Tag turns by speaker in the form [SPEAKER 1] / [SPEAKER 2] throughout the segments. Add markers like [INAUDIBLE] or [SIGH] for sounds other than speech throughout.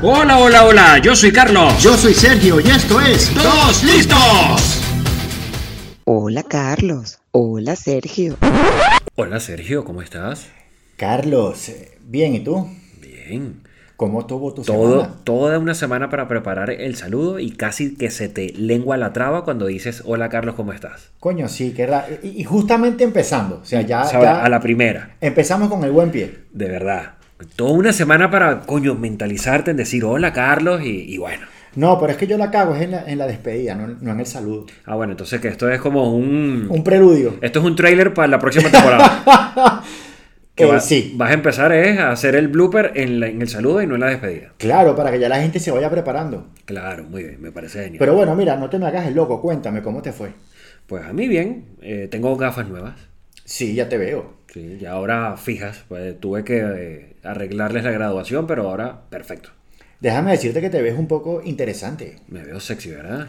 [SPEAKER 1] Hola, hola, hola, yo soy Carlos.
[SPEAKER 2] Yo soy Sergio y esto es
[SPEAKER 1] ¡Todos listos!
[SPEAKER 3] Hola Carlos, hola Sergio.
[SPEAKER 1] Hola Sergio, ¿cómo estás?
[SPEAKER 2] Carlos. eh, Bien, ¿y tú?
[SPEAKER 1] Bien.
[SPEAKER 2] ¿Cómo estuvo tu
[SPEAKER 1] Todo,
[SPEAKER 2] semana?
[SPEAKER 1] toda una semana para preparar el saludo y casi que se te lengua la traba cuando dices hola Carlos, ¿cómo estás?
[SPEAKER 2] Coño, sí, que ra- y, y justamente empezando, o sea, ya,
[SPEAKER 1] O sea,
[SPEAKER 2] ya
[SPEAKER 1] a la primera,
[SPEAKER 2] empezamos con el buen pie.
[SPEAKER 1] de verdad. Toda una semana para, coño, mentalizarte en decir hola Carlos y, y bueno.
[SPEAKER 2] No, pero es que yo la cago es en la, en la despedida, no, no en el saludo.
[SPEAKER 1] Ah, bueno, entonces que esto es como un... Eh, [LAUGHS]
[SPEAKER 2] Un preludio.
[SPEAKER 1] Esto es un tráiler para la próxima [LAUGHS] temporada. que
[SPEAKER 2] Eh,
[SPEAKER 1] va-
[SPEAKER 2] sí,
[SPEAKER 1] vas a empezar es a hacer el blooper en, la- en el saludo y no en la despedida.
[SPEAKER 2] claro, para que ya la gente se vaya preparando.
[SPEAKER 1] Claro, muy bien, me parece genial.
[SPEAKER 2] Pero bueno, mira, no te me hagas el loco, cuéntame cómo te fue.
[SPEAKER 1] Pues a mí bien, eh, tengo gafas nuevas.
[SPEAKER 2] Sí, ya te veo.
[SPEAKER 1] Sí, y ahora fijas, pues, tuve que eh, arreglarles la graduación, pero ahora perfecto.
[SPEAKER 2] Déjame decirte que te ves un poco interesante.
[SPEAKER 1] Me veo sexy, ¿verdad?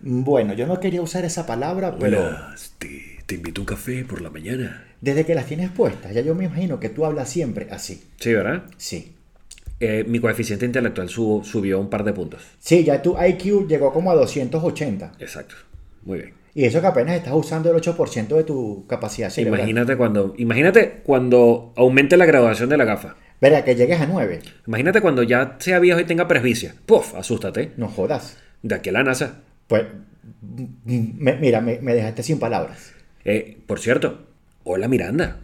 [SPEAKER 2] Bueno, yo no quería usar esa palabra, pero
[SPEAKER 1] Hola, te, te invito a un café por la mañana.
[SPEAKER 2] desde que las tienes puestas, ya yo me imagino que tú hablas siempre así.
[SPEAKER 1] Sí, ¿verdad?
[SPEAKER 2] Sí.
[SPEAKER 1] Eh, mi coeficiente intelectual subo- subió un par de puntos.
[SPEAKER 2] Sí, ya tu IQ llegó como a 280.
[SPEAKER 1] Exacto. Muy bien.
[SPEAKER 2] Y eso que apenas estás usando el 8% de tu capacidad cerebral.
[SPEAKER 1] Imagínate cuando, imagínate cuando aumente la graduación de la gafa.
[SPEAKER 2] Verá, que llegues a 9.
[SPEAKER 1] Imagínate cuando ya sea viejo y tenga presbicia. Puf, asústate.
[SPEAKER 2] No jodas.
[SPEAKER 1] De aquí a la NASA.
[SPEAKER 2] Pues, m- m- me- mira, me, me dejaste sin palabras.
[SPEAKER 1] Eh, por cierto, hola Miranda.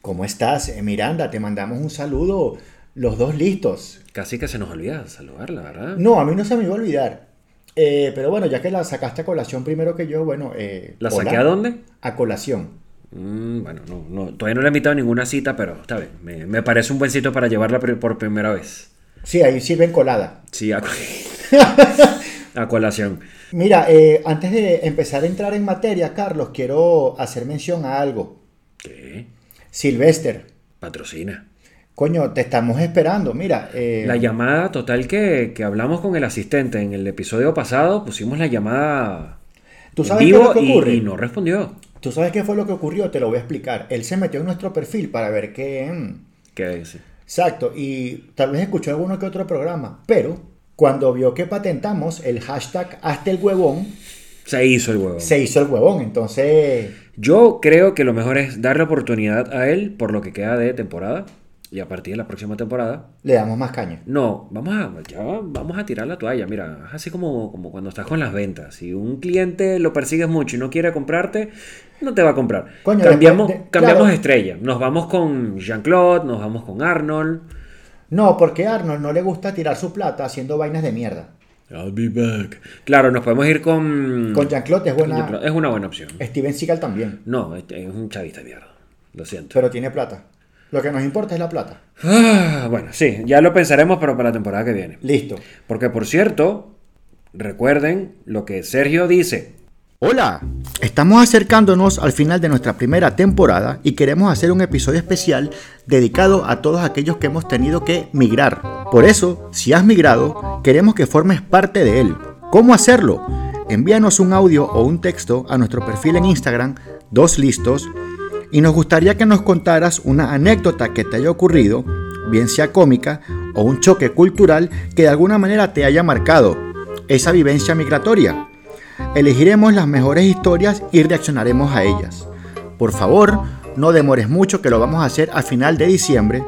[SPEAKER 2] ¿Cómo estás, eh, Miranda? Te mandamos un saludo. Los dos listos.
[SPEAKER 1] Casi que se nos olvida saludarla, ¿verdad?
[SPEAKER 2] No, a mí no se me iba a olvidar. Eh, pero bueno, ya que la sacaste a colación primero que yo, bueno. eh,
[SPEAKER 1] ¿La
[SPEAKER 2] hola.
[SPEAKER 1] saqué a dónde?
[SPEAKER 2] A colación.
[SPEAKER 1] Mm, bueno, no, no, todavía no la he invitado a ninguna cita, pero está bien. Me, me parece un buen sitio para llevarla pri- por primera vez.
[SPEAKER 2] Sí, ahí sirven colada. [LAUGHS]
[SPEAKER 1] Sí, a, a colación.
[SPEAKER 2] Mira, eh, antes de empezar a entrar en materia, Carlos, quiero hacer mención a algo.
[SPEAKER 1] ¿Qué?
[SPEAKER 2] Silvester,
[SPEAKER 1] Patrocina.
[SPEAKER 2] coño, te estamos esperando. Mira, eh,
[SPEAKER 1] La llamada total que, que hablamos con el asistente en el episodio pasado, pusimos la llamada
[SPEAKER 2] ¿Tú
[SPEAKER 1] en
[SPEAKER 2] sabes qué es
[SPEAKER 1] vivo
[SPEAKER 2] lo que
[SPEAKER 1] y-
[SPEAKER 2] ocurre?
[SPEAKER 1] y no respondió.
[SPEAKER 2] ¿Tú sabes qué fue lo que ocurrió? Te lo voy a explicar. Él se metió en nuestro perfil para ver qué... mm,
[SPEAKER 1] ¿Qué es?
[SPEAKER 2] Exacto, y tal vez escuchó alguno que otro programa, pero cuando vio que patentamos el hashtag hasta el huevón,
[SPEAKER 1] Se hizo el huevo.
[SPEAKER 2] se hizo el huevón. Entonces,
[SPEAKER 1] Yo creo que lo mejor es darle oportunidad a él por lo que queda de temporada y a partir de la próxima temporada.
[SPEAKER 2] le damos más caña.
[SPEAKER 1] No, vamos a, ya vamos a tirar la toalla. Mira, es así como, como cuando estás con las ventas. Si un cliente lo persigues mucho y no quiere comprarte, no te va a comprar.
[SPEAKER 2] Coño,
[SPEAKER 1] cambiamos
[SPEAKER 2] después de-
[SPEAKER 1] cambiamos
[SPEAKER 2] claro.
[SPEAKER 1] de estrella. Nos vamos con Jean-Claude, nos vamos con Arnold.
[SPEAKER 2] No, porque a Arnold no le gusta tirar su plata haciendo vainas de mierda.
[SPEAKER 1] I'll be back. Claro, nos podemos ir con.
[SPEAKER 2] Con Jean-Claude es
[SPEAKER 1] con
[SPEAKER 2] buena...
[SPEAKER 1] Jean-Claude. Es una buena opción.
[SPEAKER 2] Steven Seagal también,
[SPEAKER 1] No, este es un chavista de mierda. Lo siento.
[SPEAKER 2] pero tiene plata. Lo que nos importa es la plata.
[SPEAKER 1] Ah, bueno, sí, ya lo pensaremos, pero para la temporada que viene.
[SPEAKER 2] Listo.
[SPEAKER 1] Porque, por cierto, recuerden lo que Sergio dice.
[SPEAKER 2] Hola, estamos acercándonos al final de nuestra primera temporada y queremos hacer un episodio especial dedicado a todos aquellos que hemos tenido que migrar. Por eso, si has migrado, queremos que formes parte de él. ¿Cómo hacerlo? Envíanos un audio o un texto a nuestro perfil en Instagram, dos listos, y nos gustaría que nos contaras una anécdota que te haya ocurrido, bien sea cómica o un choque cultural que de alguna manera te haya marcado esa vivencia migratoria. Elegiremos las mejores historias y reaccionaremos a ellas. Por favor, no demores mucho que lo vamos a hacer a final de diciembre.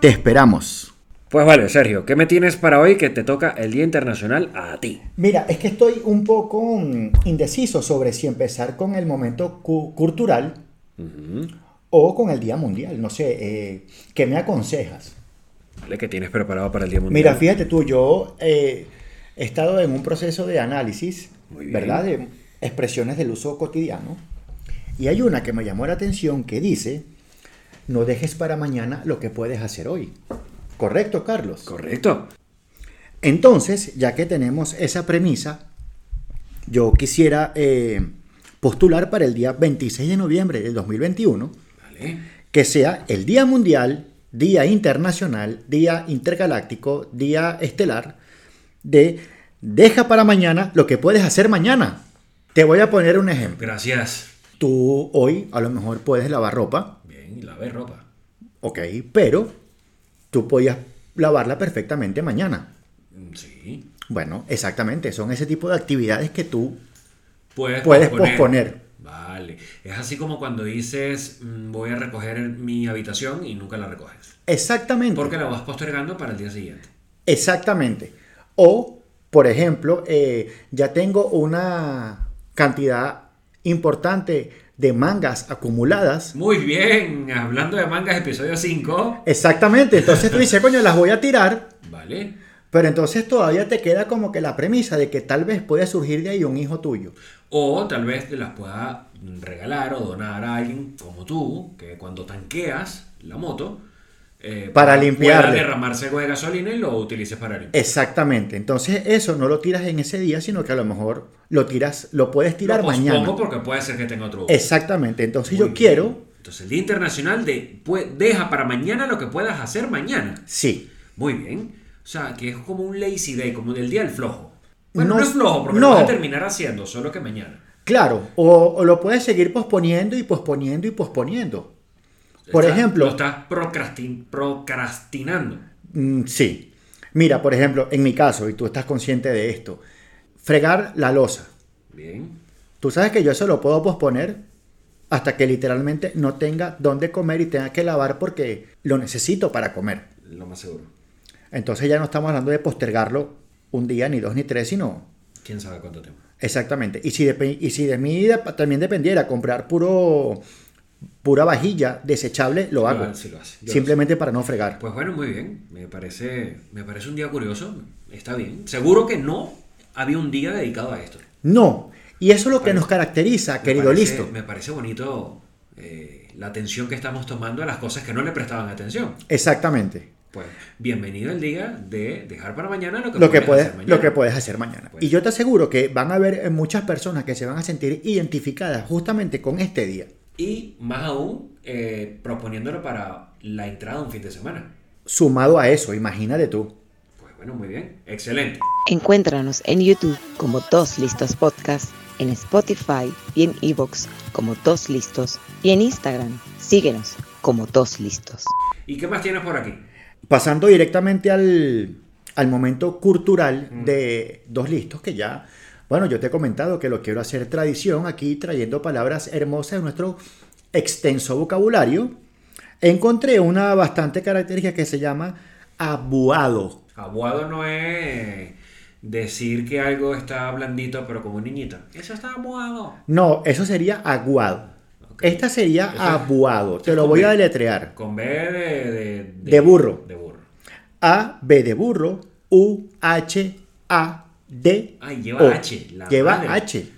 [SPEAKER 2] Te esperamos.
[SPEAKER 1] Pues vale, Sergio, ¿qué me tienes para hoy que te toca el Día Internacional a ti?
[SPEAKER 2] Mira, es que estoy un poco mm, indeciso sobre si empezar con el momento cu- cultural o con el Día Mundial. No sé, eh, ¿qué me aconsejas?
[SPEAKER 1] Vale, ¿Qué tienes preparado para el Día Mundial?
[SPEAKER 2] Mira, fíjate tú, yo eh, he estado en un proceso de análisis,
[SPEAKER 1] Muy bien.
[SPEAKER 2] ¿verdad? De expresiones del uso cotidiano. Y hay una que me llamó la atención que dice, no dejes para mañana lo que puedes hacer hoy. ¿Correcto, Carlos?
[SPEAKER 1] Correcto.
[SPEAKER 2] Entonces, ya que tenemos esa premisa, yo quisiera eh, postular para el día 26 de noviembre del 2021
[SPEAKER 1] Vale.
[SPEAKER 2] que sea el Día Mundial, Día Internacional, Día Intergaláctico, Día Estelar, de deja para mañana lo que puedes hacer mañana. Te voy a poner un ejemplo.
[SPEAKER 1] Gracias.
[SPEAKER 2] Tú hoy a lo mejor puedes lavar ropa,
[SPEAKER 1] Bien, y lavé ropa.
[SPEAKER 2] ok, pero tú podías lavarla perfectamente mañana.
[SPEAKER 1] Mm, Sí.
[SPEAKER 2] Bueno, exactamente, son ese tipo de actividades que tú
[SPEAKER 1] Puedes,
[SPEAKER 2] puedes posponer.
[SPEAKER 1] Vale. Es así como cuando dices mm, voy a recoger mi habitación y nunca la recoges.
[SPEAKER 2] Exactamente.
[SPEAKER 1] Porque la vas postergando para el día siguiente.
[SPEAKER 2] Exactamente. O, por ejemplo, eh, ya tengo una cantidad importante de mangas acumuladas.
[SPEAKER 1] Muy bien. Hablando de mangas, episodio 5.
[SPEAKER 2] Exactamente. Entonces tú dices, coño, las voy a tirar.
[SPEAKER 1] Vale.
[SPEAKER 2] Pero entonces todavía te queda como que la premisa de que tal vez puede surgir de ahí un hijo tuyo.
[SPEAKER 1] O tal vez te las pueda regalar o donar a alguien como tú, que cuando tanqueas la moto, eh,
[SPEAKER 2] Para
[SPEAKER 1] pueda
[SPEAKER 2] limpiarle. Eh,
[SPEAKER 1] derramarse algo de gasolina y lo utilices para limpiar.
[SPEAKER 2] Exactamente. Entonces eso no lo tiras en ese día, sino que a lo mejor lo tiras, lo puedes tirar
[SPEAKER 1] Lo pospongo
[SPEAKER 2] mañana.
[SPEAKER 1] porque puede ser que tenga otro.
[SPEAKER 2] Exactamente. Entonces
[SPEAKER 1] Muy
[SPEAKER 2] yo
[SPEAKER 1] bien.
[SPEAKER 2] quiero,
[SPEAKER 1] Entonces el Día Internacional de, pue- deja para mañana lo que puedas hacer mañana.
[SPEAKER 2] sí.
[SPEAKER 1] Muy bien. O sea, que es como un lazy day, como del día del flojo. Bueno, no,
[SPEAKER 2] No,
[SPEAKER 1] es flojo, porque
[SPEAKER 2] no.
[SPEAKER 1] lo vas a terminar haciendo, solo que mañana.
[SPEAKER 2] Claro, o, o lo puedes seguir posponiendo y posponiendo y posponiendo. Por
[SPEAKER 1] Está-
[SPEAKER 2] ejemplo-
[SPEAKER 1] Lo estás procrastin- procrastinando.
[SPEAKER 2] Mm, sí. Mira, por ejemplo, en mi caso, y tú estás consciente de esto, fregar la losa.
[SPEAKER 1] Bien.
[SPEAKER 2] Tú sabes que yo eso lo puedo posponer hasta que literalmente no tenga dónde comer y tenga que lavar porque lo necesito para comer.
[SPEAKER 1] Lo más seguro.
[SPEAKER 2] Entonces ya no estamos hablando de postergarlo un día, ni dos, ni tres, sino
[SPEAKER 1] ¿Quién sabe cuánto tiempo?
[SPEAKER 2] Exactamente. Y si, depe- y si de mí dep- también dependiera comprar puro pura vajilla desechable, lo hago.
[SPEAKER 1] hace, lo hace. Yo lo
[SPEAKER 2] Simplemente para no fregar.
[SPEAKER 1] Pues bueno, muy bien. Me parece, me parece un día curioso. Está bien. Seguro que no había un día dedicado a esto.
[SPEAKER 2] No. Y eso es lo que
[SPEAKER 1] Parece-
[SPEAKER 2] nos caracteriza,
[SPEAKER 1] Me
[SPEAKER 2] querido
[SPEAKER 1] parece-
[SPEAKER 2] listo.
[SPEAKER 1] Me parece bonito eh, la atención que estamos tomando a las cosas que no le prestaban atención.
[SPEAKER 2] Exactamente.
[SPEAKER 1] Pues bienvenido el día de dejar para mañana lo que,
[SPEAKER 2] Lo que, puedes,
[SPEAKER 1] hacer mañana.
[SPEAKER 2] lo que puedes hacer mañana.
[SPEAKER 1] Bueno.
[SPEAKER 2] Y yo te aseguro que van a haber eh, muchas personas que se van a sentir identificadas justamente con este día.
[SPEAKER 1] Y más aún, eh, proponiéndolo para la entrada de un fin de semana.
[SPEAKER 2] Sumado a eso, imagínate tú.
[SPEAKER 1] Pues bueno, muy bien. Excelente.
[SPEAKER 3] Encuéntranos en YouTube como Dos Listos Podcast, en Spotify y en Evox como Dos Listos y en Instagram. Síguenos como Dos Listos.
[SPEAKER 1] ¿Y qué más tienes por aquí?
[SPEAKER 2] Pasando directamente al, al momento cultural
[SPEAKER 1] Mm.
[SPEAKER 2] de dos listos que ya, bueno, yo te he comentado que lo quiero hacer tradición aquí trayendo palabras hermosas de nuestro extenso vocabulario. Encontré una bastante característica que se llama abuado.
[SPEAKER 1] Abuado no es decir que algo está blandito pero como un niñito. Eso está abuado.
[SPEAKER 2] No, eso sería aguado.
[SPEAKER 1] Ok.
[SPEAKER 2] Esta sería
[SPEAKER 1] Eso es-
[SPEAKER 2] abuado.
[SPEAKER 1] eso
[SPEAKER 2] Te
[SPEAKER 1] es
[SPEAKER 2] lo voy a
[SPEAKER 1] con B.
[SPEAKER 2] deletrear.
[SPEAKER 1] Con B de... De,
[SPEAKER 2] De burro.
[SPEAKER 1] De burro.
[SPEAKER 2] A, B de burro, U, H, A, D.
[SPEAKER 1] Ay, lleva
[SPEAKER 2] O.
[SPEAKER 1] H, la
[SPEAKER 2] lleva
[SPEAKER 1] madre.
[SPEAKER 2] H.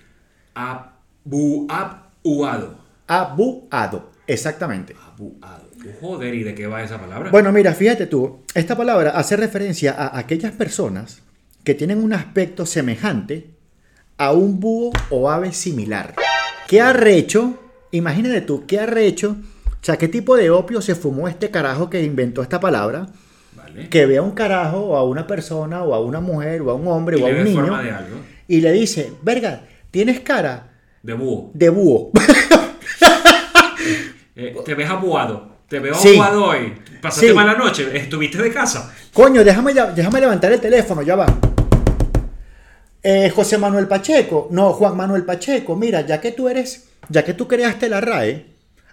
[SPEAKER 1] Abu, abuado.
[SPEAKER 2] Abuado. Exactamente.
[SPEAKER 1] Abuado. Joder, ¿y de qué va esa palabra?
[SPEAKER 2] Bueno, mira, fíjate tú, esta palabra hace referencia a aquellas personas que tienen un aspecto semejante a un búho o ave similar. ¿Qué arrecho? Imagínate tú, ¿qué arrecho? O sea, ¿qué tipo de opio se fumó este carajo que inventó esta palabra?
[SPEAKER 1] Vale.
[SPEAKER 2] Que ve a un carajo o a una persona o a una mujer o a un homhombre
[SPEAKER 1] Y
[SPEAKER 2] o a
[SPEAKER 1] le
[SPEAKER 2] un
[SPEAKER 1] ves
[SPEAKER 2] niño
[SPEAKER 1] forma de algo.
[SPEAKER 2] y le dice, verga, tienes cara
[SPEAKER 1] De búho.
[SPEAKER 2] de búho. [LAUGHS]
[SPEAKER 1] Eh, te ves abuado. Te veo
[SPEAKER 2] Sí.
[SPEAKER 1] abuado hoy. Pasaste
[SPEAKER 2] Sí.
[SPEAKER 1] mala noche. Estuviste de casa.
[SPEAKER 2] Coño, déjame, ya- déjame levantar el teléfono, ya va. Eh, José Manuel Pacheco, no, Juan Manuel Pacheco, mira, ya que tú eres, ya que tú creaste la RAE,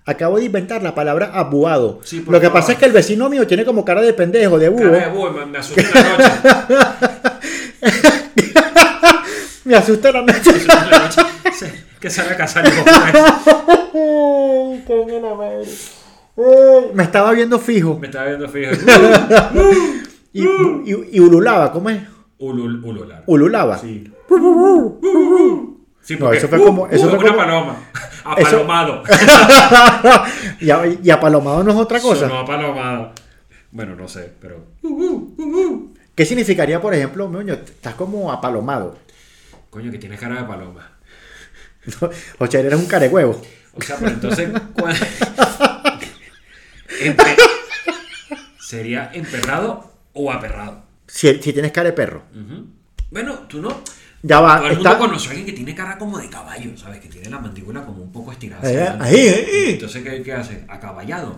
[SPEAKER 2] acabo de inventar la palabra abuado.
[SPEAKER 1] Sí, por
[SPEAKER 2] Lo que
[SPEAKER 1] favor.
[SPEAKER 2] pasa es que el vecino mío tiene como cara de pendejo, de búho.
[SPEAKER 1] Cara de búho. Me, me asusté la noche.
[SPEAKER 2] Me asusta la
[SPEAKER 1] Me [LAUGHS]
[SPEAKER 2] noche. [LAUGHS]
[SPEAKER 1] asusté la noche. Sí, Que sale a cazar y comer.
[SPEAKER 2] Ay, coño la madre. Ay, me estaba viendo fijo
[SPEAKER 1] Me estaba viendo
[SPEAKER 2] [LAUGHS]
[SPEAKER 1] fijo.
[SPEAKER 2] y,
[SPEAKER 1] Mm.
[SPEAKER 2] y- y ululaba, ¿cómo es?
[SPEAKER 1] Ulul, ulular.
[SPEAKER 2] Ululaba.
[SPEAKER 1] Sí. Sí,
[SPEAKER 2] No,
[SPEAKER 1] porque
[SPEAKER 2] eso fue
[SPEAKER 1] uh,
[SPEAKER 2] como-
[SPEAKER 1] uh,
[SPEAKER 2] eso fue
[SPEAKER 1] una
[SPEAKER 2] como-
[SPEAKER 1] paloma.
[SPEAKER 2] Eso- [LAUGHS]
[SPEAKER 1] Apalomado.
[SPEAKER 2] [LAUGHS] y, a- y apalomado no es otra cosa.
[SPEAKER 1] Sonó apalomado. Bueno, no sé, pero.
[SPEAKER 2] ¿Qué significaría, por ejemplo, meño, estás como apalomado?
[SPEAKER 1] Coño, que tienes cara de paloma.
[SPEAKER 2] [LAUGHS] O sea, eres un carehuevo.
[SPEAKER 1] O sea, pero entonces. [LAUGHS] ¿cuál- Empe- ¿Sería emperrado o aperrado?
[SPEAKER 2] Si, si tienes cara de perro.
[SPEAKER 1] Ujú. Bueno, tú no.
[SPEAKER 2] Ya
[SPEAKER 1] Todo
[SPEAKER 2] va.
[SPEAKER 1] el mundo
[SPEAKER 2] Ah, Está...
[SPEAKER 1] conoce a alguien que tiene cara como de caballo, ¿sabes? Que tiene la mandíbula como un poco estirada.
[SPEAKER 2] Eh,
[SPEAKER 1] hacia adelante.
[SPEAKER 2] ahí, ahí.
[SPEAKER 1] Entonces, ¿qué, qué hace? Acaballado.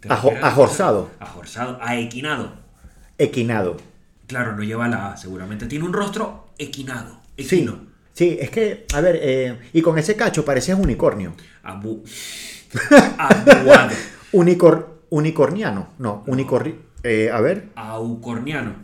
[SPEAKER 1] ¿Te
[SPEAKER 2] Ajo-
[SPEAKER 1] refieres a-
[SPEAKER 2] ajorzado.
[SPEAKER 1] Ajorzado. Aequinado.
[SPEAKER 2] Equinado.
[SPEAKER 1] Claro, no lleva la A, seguramente. Tiene un rostro equinado.
[SPEAKER 2] Sí,
[SPEAKER 1] Equino.
[SPEAKER 2] sí, es que, a ver, eh, y con ese cacho parecías unicornio.
[SPEAKER 1] Abu... Abuado.
[SPEAKER 2] Unicor, unicorniano, no, unicorni... eh, a ver,
[SPEAKER 1] Aucorniano.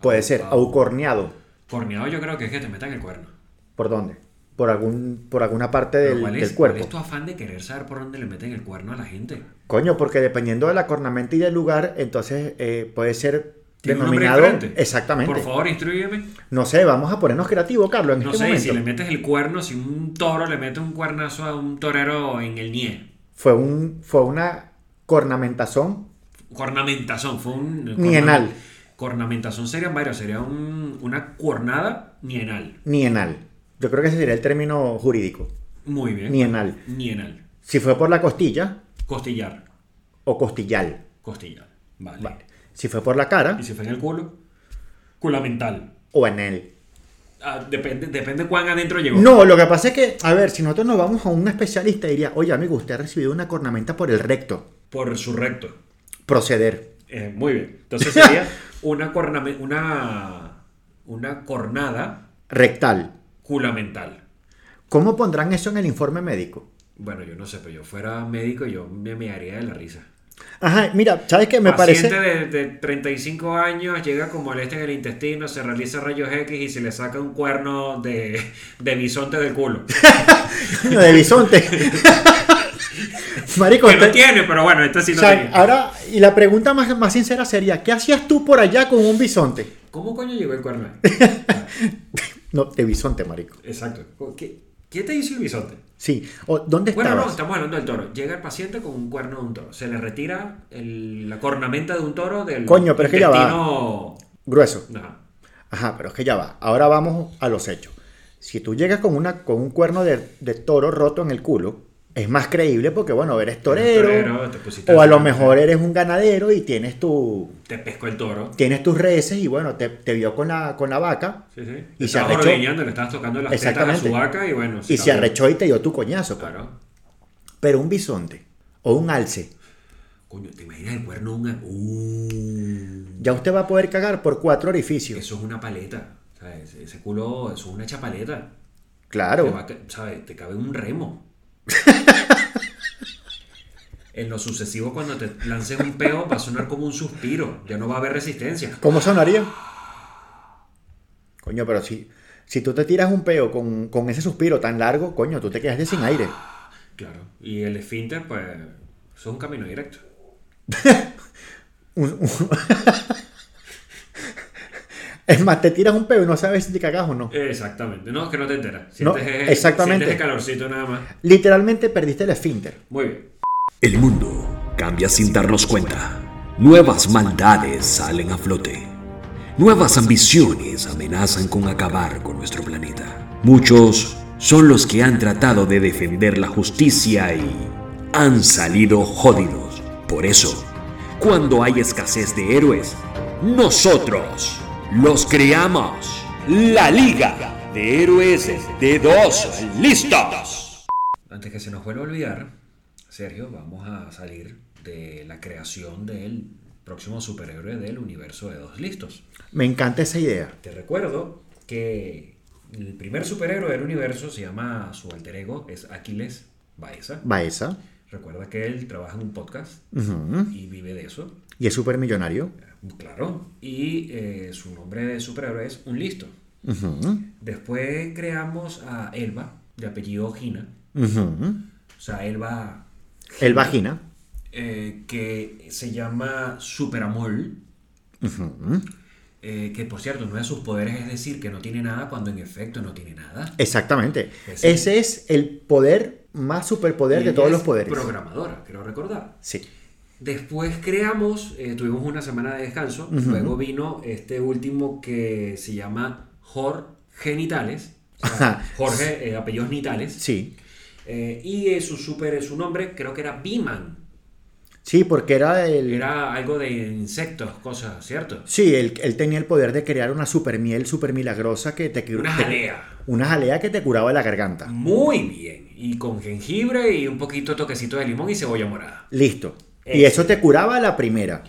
[SPEAKER 2] puede ser, aucorneado.
[SPEAKER 1] Corneado yo creo que es que te metan el cuerno.
[SPEAKER 2] ¿Por dónde? Por, algún, por alguna parte
[SPEAKER 1] Pero
[SPEAKER 2] del,
[SPEAKER 1] ¿cuál,
[SPEAKER 2] del
[SPEAKER 1] es, cuál
[SPEAKER 2] cuerpo.
[SPEAKER 1] es tu afán de querer saber por dónde le meten el cuerno a la gente?
[SPEAKER 2] Coño, porque dependiendo de la cornamenta y del lugar, entonces eh, puede ser
[SPEAKER 1] Tiene un nombre
[SPEAKER 2] denominado...
[SPEAKER 1] diferente.
[SPEAKER 2] Exactamente.
[SPEAKER 1] Por favor, instruyeme.
[SPEAKER 2] No sé, vamos a ponernos creativos, Carlos, en
[SPEAKER 1] No
[SPEAKER 2] este
[SPEAKER 1] sé, y
[SPEAKER 2] momento.
[SPEAKER 1] si le metes el cuerno, si un toro le mete un cuernazo a un torero en el nie.
[SPEAKER 2] Fue, un, fue una cornamentación
[SPEAKER 1] Cornamentazón, fue un...
[SPEAKER 2] Nienal.
[SPEAKER 1] cornamen- Cornamentazón serían varios, sería un- una cuernada nienal.
[SPEAKER 2] nienal. Yo creo que ese sería el término jurídico.
[SPEAKER 1] Muy bien.
[SPEAKER 2] Nienal.
[SPEAKER 1] Nienal.
[SPEAKER 2] Si fue por la costilla
[SPEAKER 1] Costillar.
[SPEAKER 2] o costillal.
[SPEAKER 1] Costillar. Vale.
[SPEAKER 2] Vale. Si fue por la cara
[SPEAKER 1] Y si fue en el culo, culamental.
[SPEAKER 2] o en él.
[SPEAKER 1] Ah, depende, depende cuán adentro llegó.
[SPEAKER 2] No, lo que pasa es que, a ver, si nosotros nos vamos a un especialista y diría, oye amigo, usted ha recibido una cornamenta por el recto.
[SPEAKER 1] Por su recto.
[SPEAKER 2] Proceder.
[SPEAKER 1] Eh, muy bien. Entonces sería
[SPEAKER 2] [LAUGHS]
[SPEAKER 1] una, corname- una, una cornada
[SPEAKER 2] Rectal.
[SPEAKER 1] culamental.
[SPEAKER 2] ¿Cómo pondrán eso en el informe médico?
[SPEAKER 1] Bueno, yo no sé, pero yo fuera médico, yo me mearía de la risa.
[SPEAKER 2] Ajá, mira, ¿sabes qué? Me
[SPEAKER 1] Paciente
[SPEAKER 2] parece...
[SPEAKER 1] de, de 35 años llega con molestia en el intestino, se realiza rayos X y se le saca un cuerno de, de bisonte del
[SPEAKER 2] [LAUGHS]
[SPEAKER 1] culo.
[SPEAKER 2] Coño, [LAUGHS]
[SPEAKER 1] [LAUGHS]
[SPEAKER 2] de bisonte. Marico,
[SPEAKER 1] que no
[SPEAKER 2] te-
[SPEAKER 1] tiene, pero bueno, este sí
[SPEAKER 2] o
[SPEAKER 1] no
[SPEAKER 2] sea,
[SPEAKER 1] tiene.
[SPEAKER 2] ahora, y la pregunta más, más sincera sería, ¿qué hacías tú por allá con un bisonte?
[SPEAKER 1] ¿Cómo coño llegó el cuerno? ahí?
[SPEAKER 2] [LAUGHS] No, de bisonte, marico.
[SPEAKER 1] Exacto. ¿Qué, qué te hizo el bisonte?
[SPEAKER 2] Sí. O, ¿Dónde
[SPEAKER 1] Bueno, no,
[SPEAKER 2] estabas?
[SPEAKER 1] estamos hablando del toro. Llega el paciente con un cuerno de un toro. Se le retira el- la cornamenta de un toro del
[SPEAKER 2] Coño, pero es que ya va.
[SPEAKER 1] intestino-
[SPEAKER 2] Grueso.
[SPEAKER 1] No.
[SPEAKER 2] Ajá, pero es que ya va. Ahora vamos a los hechos. Si tú llegas con, una, con un cuerno de, de toro roto en el culo, es más creíble porque, bueno, eres torero.
[SPEAKER 1] torero, te pusiste
[SPEAKER 2] o a lo
[SPEAKER 1] delante.
[SPEAKER 2] mejor eres un ganadero y tienes, tu,
[SPEAKER 1] Te pescó el toro.
[SPEAKER 2] tienes tus reses y, bueno, te, te vio con la, con la vaca
[SPEAKER 1] Sí, sí.
[SPEAKER 2] Y
[SPEAKER 1] Y
[SPEAKER 2] se
[SPEAKER 1] se
[SPEAKER 2] arrechó.
[SPEAKER 1] le estabas tocando las tetas a
[SPEAKER 2] Exactamente.
[SPEAKER 1] su vaca y bueno.
[SPEAKER 2] y se
[SPEAKER 1] acabó.
[SPEAKER 2] arrechó y te dio tu coñazo. pues.
[SPEAKER 1] Claro.
[SPEAKER 2] Pero un bisonte o un alce,
[SPEAKER 1] Coño, ¿te imaginas el cuerno? de Una... Uh,
[SPEAKER 2] ya usted va a poder cagar por cuatro orificios.
[SPEAKER 1] eso es una paleta. ¿sabes? Ese culo, eso es una chapaleta. Te va
[SPEAKER 2] Claro.
[SPEAKER 1] a ca- ¿sabes? Te cabe un
[SPEAKER 2] [LAUGHS]
[SPEAKER 1] remo. en lo sucesivo, cuando te lances un peo, va a sonar como un suspiro. Ya no va a haber resistencia.
[SPEAKER 2] ¿Cómo sonaría? Coño, pero si, si tú te tiras un peo con, con ese suspiro tan largo, coño, tú te quedas de sin aire.
[SPEAKER 1] Claro. Y el esfínter, pues, es un camino directo.
[SPEAKER 2] Un- un- es más, te tiras un peo y no sabes si te cagas o no.
[SPEAKER 1] Exactamente. No, que no te enteras.
[SPEAKER 2] No,
[SPEAKER 1] Sientes, el-
[SPEAKER 2] exactamente.
[SPEAKER 1] sientes el calorcito nada más.
[SPEAKER 2] Literalmente perdiste el esfínter.
[SPEAKER 1] Muy bien.
[SPEAKER 4] El mundo cambia sin darnos cuenta. Nuevas maldades salen a flote. Nuevas ambiciones amenazan con acabar con nuestro planeta. Muchos son los que han tratado de defender la justicia y han salido jodidos. Por eso, cuando hay escasez de héroes, nosotros los creamos. La Liga de Héroes de Dos Listos.
[SPEAKER 1] Antes que se nos vuelva a olvidar, Sergio, vamos a salir de la creación del próximo superhéroe del universo de dos listos.
[SPEAKER 2] Me encanta esa idea.
[SPEAKER 1] Te recuerdo que el primer superhéroe del universo se llama su alter ego, es Aquiles Baeza.
[SPEAKER 2] Va esa.
[SPEAKER 1] Recuerda que él trabaja en un podcast
[SPEAKER 2] Ujú.
[SPEAKER 1] y vive de eso,
[SPEAKER 2] Y es súper millonario.
[SPEAKER 1] claro. Y eh, su nombre de superhéroe es Un Listo.
[SPEAKER 2] Ujú.
[SPEAKER 1] Después creamos a Elba, de apellido Gina.
[SPEAKER 2] Ujú.
[SPEAKER 1] O sea, Elba,
[SPEAKER 2] El vagina.
[SPEAKER 1] eh, que se llama Superamol. Eh, que por cierto, uno de sus poderes es decir que no tiene nada cuando en efecto no tiene nada.
[SPEAKER 2] Exactamente.
[SPEAKER 1] Ese.
[SPEAKER 2] Ese es el poder más superpoder de
[SPEAKER 1] Ella
[SPEAKER 2] todos
[SPEAKER 1] es
[SPEAKER 2] los poderes.
[SPEAKER 1] Programadora, quiero recordar.
[SPEAKER 2] Sí.
[SPEAKER 1] Después creamos, eh, tuvimos una semana de descanso, luego vino este último que se llama Jorge Genitales. o sea,
[SPEAKER 2] Ajá.
[SPEAKER 1] Jorge, eh, apellidos Nitales.
[SPEAKER 2] Sí.
[SPEAKER 1] Eh, y eh, su super, su nombre creo que era Biman.
[SPEAKER 2] Sí, porque era el.
[SPEAKER 1] Era algo de insectos, cosas, ¿cierto?
[SPEAKER 2] Sí, él, él tenía el poder de crear una supermiel super milagrosa que te cur-
[SPEAKER 1] Una
[SPEAKER 2] te-
[SPEAKER 1] jalea.
[SPEAKER 2] Una jalea que te curaba la garganta.
[SPEAKER 1] Muy bien. Y con jengibre y un poquito toquecito de limón y cebolla morada.
[SPEAKER 2] Listo. Y eso te curaba la primera.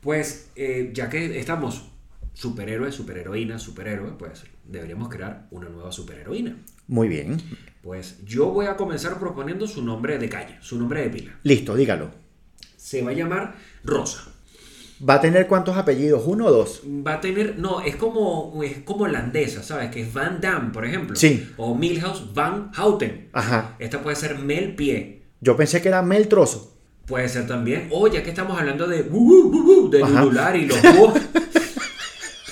[SPEAKER 1] Pues eh, ya que estamos superhéroe, superheroína, superhéroe, pues deberíamos crear una nueva superheroína.
[SPEAKER 2] Muy bien.
[SPEAKER 1] Pues yo voy a comenzar proponiendo su nombre de calle, su nombre de pila.
[SPEAKER 2] Listo, dígalo.
[SPEAKER 1] Se va a llamar Rosa.
[SPEAKER 2] ¿Va a tener cuántos apellidos? ¿Uno o dos?
[SPEAKER 1] Va a tener, no, es como, es como holandesa, ¿sabes? Que es Van Damme, por ejemplo.
[SPEAKER 2] Sí.
[SPEAKER 1] O Milhouse Van Houten.
[SPEAKER 2] Ajá.
[SPEAKER 1] Esta puede ser Mel Pie.
[SPEAKER 2] Yo pensé que era Mel Trozo.
[SPEAKER 1] Puede ser también. O ya que estamos hablando de uh, bu, bu, bu, bu, de
[SPEAKER 2] Ajá.
[SPEAKER 1] yugular y los [LAUGHS] búhos,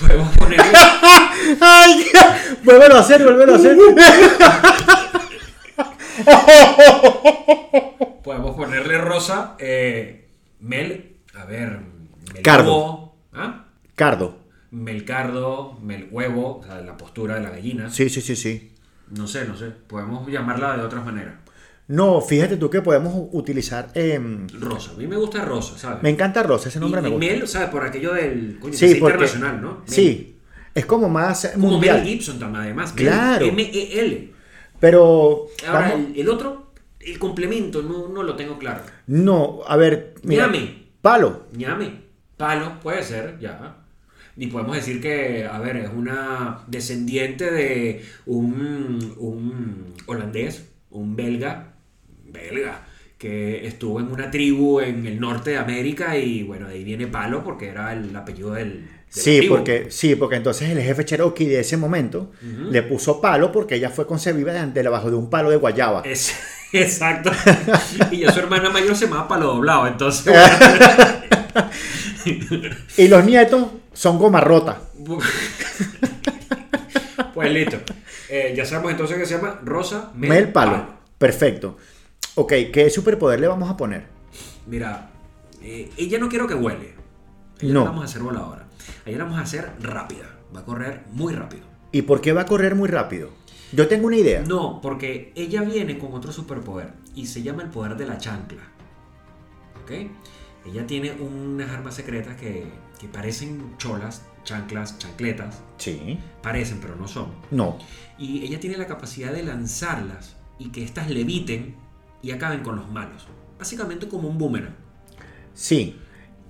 [SPEAKER 1] podemos ponerle
[SPEAKER 2] ¡Ay! [LAUGHS] Vuélvelo a hacer, vuélvelo a hacer.
[SPEAKER 1] Podemos ponerle rosa. eh, Mel. A ver. Mel
[SPEAKER 2] Cardo.
[SPEAKER 1] huevo, ¿ah?
[SPEAKER 2] Cardo.
[SPEAKER 1] Melcardo, Mel huevo, o sea, la postura de la gallina.
[SPEAKER 2] Sí, sí, sí, sí.
[SPEAKER 1] No sé, no sé. Podemos llamarla de otras maneras.
[SPEAKER 2] No, fíjate tú que podemos u- utilizar. em,
[SPEAKER 1] Rosa. A mí me gusta rosa, ¿sabes?
[SPEAKER 2] me encanta Rosa, ese nombre
[SPEAKER 1] y,
[SPEAKER 2] me
[SPEAKER 1] y
[SPEAKER 2] gusta.
[SPEAKER 1] Mel, ¿sabes? Por aquello del. Coño, que
[SPEAKER 2] sí,
[SPEAKER 1] sea
[SPEAKER 2] porque-
[SPEAKER 1] internacional, ¿no? Mel.
[SPEAKER 2] Sí. Es como más eh,
[SPEAKER 1] Como Mel
[SPEAKER 2] mundial.
[SPEAKER 1] Gibson también, además. Mel,
[SPEAKER 2] Claro.
[SPEAKER 1] M-E-L.
[SPEAKER 2] Pero.
[SPEAKER 1] Ahora,
[SPEAKER 2] vamos-
[SPEAKER 1] el, el otro, el complemento, no, no lo tengo claro.
[SPEAKER 2] No, a ver. Mira,
[SPEAKER 1] Ñame.
[SPEAKER 2] Palo.
[SPEAKER 1] Ñame. Palo, puede ser, ya. Y podemos decir que, a ver, es una descendiente de un, un holandés, un belga, belga, que estuvo en una tribu en el norte de América y bueno, de ahí viene Palo porque era el apellido del... de la
[SPEAKER 2] Sí
[SPEAKER 1] tribu.
[SPEAKER 2] porque, sí, porque entonces el jefe Cherokee de ese momento le puso palo porque ella fue concebida de- debajo de un palo de guayaba.
[SPEAKER 1] Es- [LAUGHS] exacto. y ya su hermana mayor se llama Palo Doblado, entonces...
[SPEAKER 2] [LAUGHS]
[SPEAKER 1] bueno,
[SPEAKER 2] Y los nietos son gomarrota.
[SPEAKER 1] [LAUGHS] pues listo. Eh, ya sabemos entonces que se llama Rosa
[SPEAKER 2] Mel, palo. Perfecto. Ok, ¿qué superpoder le vamos a poner?
[SPEAKER 1] Mira, eh, ella no quiero que huele. Ella
[SPEAKER 2] No.
[SPEAKER 1] no. la vamos a hacer voladora. A Ella la vamos a hacer rápida. Va a correr muy rápido.
[SPEAKER 2] ¿Y por qué va a correr muy rápido? Yo tengo una idea.
[SPEAKER 1] No, porque ella viene con otro superpoder y se llama el poder de la chancla. ¿Ok? Ella tiene unas armas secretas que, que parecen cholas, chanclas, chancletas.
[SPEAKER 2] Sí.
[SPEAKER 1] Parecen, pero no son.
[SPEAKER 2] No.
[SPEAKER 1] Y ella tiene la capacidad de lanzarlas y que éstas leviten y acaben con los malos. Básicamente como un boomerang.
[SPEAKER 2] Sí.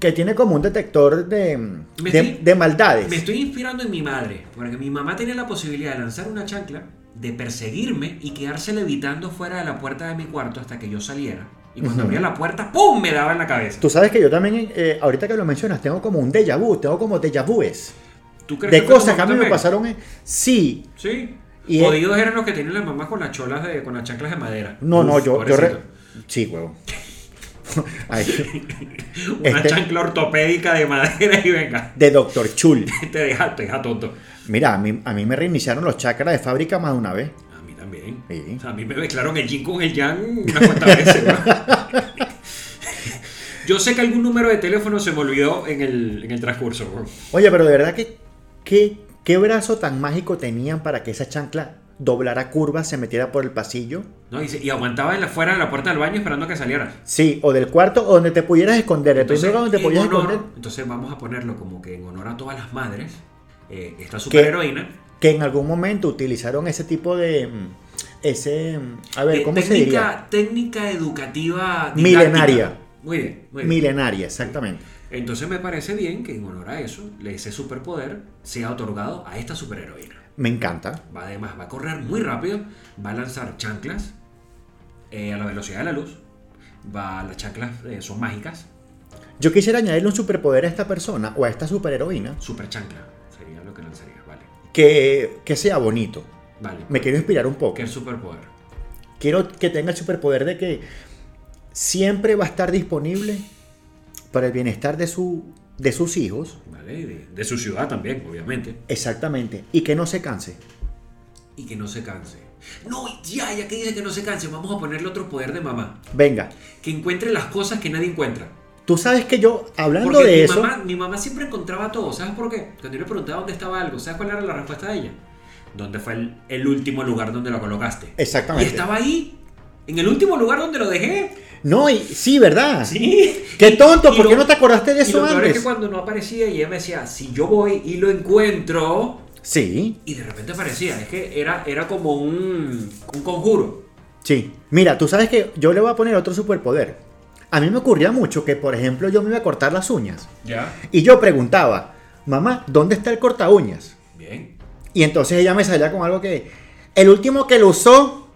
[SPEAKER 2] Que tiene como un detector de,
[SPEAKER 1] Me
[SPEAKER 2] de-
[SPEAKER 1] estoy-
[SPEAKER 2] de maldades.
[SPEAKER 1] Me estoy inspirando en mi madre, porque mi mamá tenía la posibilidad de lanzar una chancla, de perseguirme y quedarse levitando fuera de la puerta de mi cuarto hasta que yo saliera. Y cuando
[SPEAKER 2] Ujú.
[SPEAKER 1] abría la puerta, ¡pum! me daba en la cabeza.
[SPEAKER 2] Tú sabes que yo también, eh, ahorita que lo mencionas, tengo como un déjà vu, tengo como déjà vues.
[SPEAKER 1] ¿Tú crees
[SPEAKER 2] De
[SPEAKER 1] fue
[SPEAKER 2] cosas
[SPEAKER 1] como
[SPEAKER 2] que a
[SPEAKER 1] tú
[SPEAKER 2] mí me
[SPEAKER 1] también?
[SPEAKER 2] pasaron. en- Sí.
[SPEAKER 1] Sí.
[SPEAKER 2] Y-
[SPEAKER 1] Jodidos eran los que tenían las mamás con las cholas de, con las chanclas de madera.
[SPEAKER 2] No, no,
[SPEAKER 1] Uf,
[SPEAKER 2] yo. yo
[SPEAKER 1] pobrecito.
[SPEAKER 2] re- Sí, huevo. [LAUGHS] Ay,
[SPEAKER 1] Una
[SPEAKER 2] este-
[SPEAKER 1] chancla ortopédica de madera y venga, [LAUGHS]
[SPEAKER 2] de Doctor Chul.
[SPEAKER 1] te deja, te deja tonto.
[SPEAKER 2] Mira, a mí, a mí me reiniciaron los chakras de fábrica más de una vez.
[SPEAKER 1] A mí también.
[SPEAKER 2] Sí.
[SPEAKER 1] A mí me mezclaron el yin con el yang unas cuantas veces, bro. [LAUGHS] Yo sé que algún número de teléfono se me olvidó en el, en el transcurso, bro.
[SPEAKER 2] Oye, pero de verdad que qué, qué brazo tan mágico tenían para que esa chancla doblara curvas, se metiera por el pasillo.
[SPEAKER 1] ¿No? Y, se- y aguantaba en la, fuera de la puerta del baño esperando que saliera.
[SPEAKER 2] Sí, o del cuarto o donde te pudieras esconder. El primer lugar donde te
[SPEAKER 1] en
[SPEAKER 2] podías
[SPEAKER 1] honor-
[SPEAKER 2] esconder.
[SPEAKER 1] entonces vamos a ponerlo como que en honor a todas las madres, eh, esta superheroína.
[SPEAKER 2] Que en algún momento utilizaron ese tipo de. mm, Ese. mm, A ver,
[SPEAKER 1] eh,
[SPEAKER 2] ¿cómo
[SPEAKER 1] técnica,
[SPEAKER 2] se diría?
[SPEAKER 1] técnica educativa didáctica.
[SPEAKER 2] Milenaria.
[SPEAKER 1] Muy bien, muy bien.
[SPEAKER 2] Milenaria, exactamente.
[SPEAKER 1] Entonces me parece bien que en honor a eso, ese superpoder sea otorgado a esta superheroína.
[SPEAKER 2] Me encanta.
[SPEAKER 1] Va además, va a correr muy rápido, va a lanzar chanclas eh, a la velocidad de la luz. Va, las chanclas eh, son mágicas,
[SPEAKER 2] Yo quisiera añadirle un superpoder a esta persona o a esta superheroína
[SPEAKER 1] super chancla sería lo que lanzaría, vale.
[SPEAKER 2] que, que sea bonito.
[SPEAKER 1] Vale.
[SPEAKER 2] Me quiero inspirar un poco.
[SPEAKER 1] ¿Qué superpoder?
[SPEAKER 2] Quiero que tenga el superpoder de que siempre va a estar disponible para el bienestar de, su, de sus hijos.
[SPEAKER 1] Vale, y de, de su ciudad también, obviamente.
[SPEAKER 2] Exactamente. Y que no se canse.
[SPEAKER 1] Y que no se canse. No, ya, ya que dice que no se canse, vamos a ponerle otro poder de mamá.
[SPEAKER 2] Venga,
[SPEAKER 1] Que encuentre las cosas que nadie encuentra.
[SPEAKER 2] tú sabes que yo, hablando
[SPEAKER 1] Porque mi,
[SPEAKER 2] de eso,
[SPEAKER 1] mamá, mi mamá siempre encontraba todo. ¿Sabes por qué? Cuando yo le preguntaba dónde estaba algo, ¿sabes cuál era la respuesta de ella? ¿Dónde fue el, el último lugar donde lo colocaste? Y
[SPEAKER 2] exactamente.
[SPEAKER 1] estaba ahí, en el último lugar donde lo dejé.
[SPEAKER 2] No, y sí, ¿verdad?
[SPEAKER 1] [LAUGHS] Sí.
[SPEAKER 2] Qué
[SPEAKER 1] Y-
[SPEAKER 2] tonto,
[SPEAKER 1] y
[SPEAKER 2] ¿por qué
[SPEAKER 1] lo-
[SPEAKER 2] no te acordaste de
[SPEAKER 1] y lo
[SPEAKER 2] eso
[SPEAKER 1] peor es que
[SPEAKER 2] antes?
[SPEAKER 1] cuando no aparecía, y ella me decía, si yo voy y lo encuentro,
[SPEAKER 2] Sí,
[SPEAKER 1] y de repente aparecía. Es que era, era como un, un conjuro.
[SPEAKER 2] sí. Mira, tú sabes que yo le voy a poner otro superpoder. A mí me ocurría mucho que, por ejemplo, yo me iba a cortar las uñas
[SPEAKER 1] Ya.
[SPEAKER 2] y yo preguntaba, mamá, ¿dónde está el corta uñas?
[SPEAKER 1] Bien.
[SPEAKER 2] Y entonces ella me salía con algo que, el último que lo usó,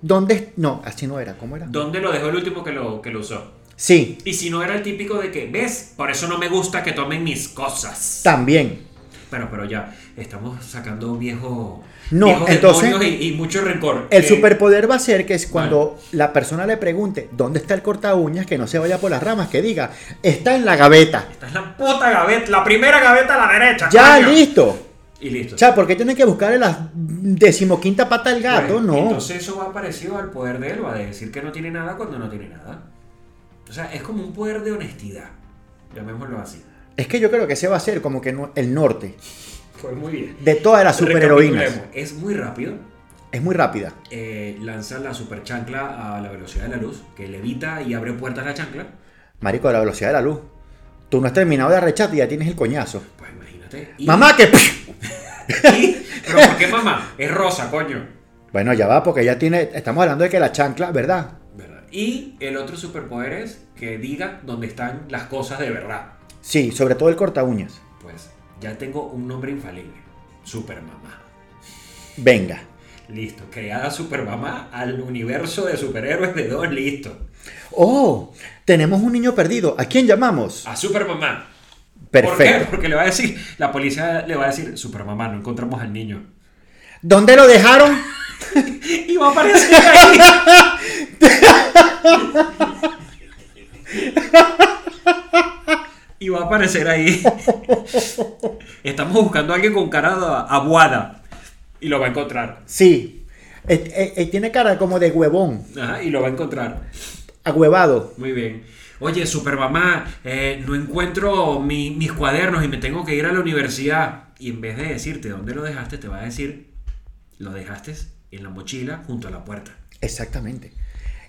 [SPEAKER 2] ¿dónde? es-?" No, así no era, ¿cómo era?
[SPEAKER 1] ¿Dónde lo dejó el último que lo, que lo usó?
[SPEAKER 2] Sí,
[SPEAKER 1] Y si no era el típico de que, ¿ves? Por eso no me gusta que tomen mis cosas.
[SPEAKER 2] también.
[SPEAKER 1] Bueno, pero ya, estamos sacando un viejo.
[SPEAKER 2] No,
[SPEAKER 1] viejos
[SPEAKER 2] entonces-
[SPEAKER 1] demonios Y, y mucho rencor.
[SPEAKER 2] El
[SPEAKER 1] Eh,
[SPEAKER 2] superpoder va a ser que es cuando la persona le pregunte, ¿dónde está el corta uñas? Que no se vaya por las ramas, que diga, está en la gaveta.
[SPEAKER 1] Esta es la puta gaveta, la primera gaveta a la derecha.
[SPEAKER 2] Ya,
[SPEAKER 1] coño.
[SPEAKER 2] listo.
[SPEAKER 1] Y listo.
[SPEAKER 2] O sea, ¿por qué tienen que buscarle la decimoquinta pata al gato?
[SPEAKER 1] Bueno,
[SPEAKER 2] no.
[SPEAKER 1] Entonces eso va parecido al poder de Elba, de decir que no tiene nada cuando no tiene nada. O sea, es como un poder de honestidad. Llamémoslo así.
[SPEAKER 2] Es que yo creo que ese va a ser como que no- el norte
[SPEAKER 1] Fue muy bien.
[SPEAKER 2] de todas las superheroínas.
[SPEAKER 1] Recapitulemos. Es muy rápido.
[SPEAKER 2] Es muy rápida.
[SPEAKER 1] eh, lanza la superchancla a la velocidad de la luz, que levita y abre puertas la chancla.
[SPEAKER 2] Marico, a la velocidad de la luz. Tú no has terminado de arrecharte y ya tienes el coñazo.
[SPEAKER 1] Pues imagínate. Y-
[SPEAKER 2] ¡Mamá,
[SPEAKER 1] [LAUGHS]
[SPEAKER 2] que...
[SPEAKER 1] y- pero ¿por qué mamá? Es rosa, coño.
[SPEAKER 2] Bueno, ya va, porque ya tiene... Estamos hablando de que la chancla, ¿verdad?
[SPEAKER 1] ¿Verdad? Y el otro superpoder es que diga dónde están las cosas de verdad.
[SPEAKER 2] Sí, sobre todo el corta uñas.
[SPEAKER 1] Pues ya tengo un nombre infalible. Supermamá.
[SPEAKER 2] Venga.
[SPEAKER 1] Listo. Creada Supermamá al universo de superhéroes de dos. Listo.
[SPEAKER 2] Oh, tenemos un niño perdido. ¿A quién llamamos?
[SPEAKER 1] A Supermamá. ¿Por qué?
[SPEAKER 2] Perfecto.
[SPEAKER 1] Porque le va a decir, la policía le va a decir, Supermamá, no encontramos al niño.
[SPEAKER 2] ¿Dónde lo dejaron?
[SPEAKER 1] Y va a aparecer ahí. [LAUGHS] y va a aparecer ahí. Estamos buscando a alguien con cara de- aguada. Y lo va a encontrar.
[SPEAKER 2] Sí. Eh, eh, eh, tiene cara como de huevón,
[SPEAKER 1] Ajá, y lo va a encontrar.
[SPEAKER 2] agüevado.
[SPEAKER 1] Muy bien. Oye, Supermamá, eh, no encuentro mi- mis cuadernos y me tengo que ir a la universidad. Y en vez de decirte dónde lo dejaste, te va a decir, lo dejaste en la mochila junto a la puerta.
[SPEAKER 2] Exactamente.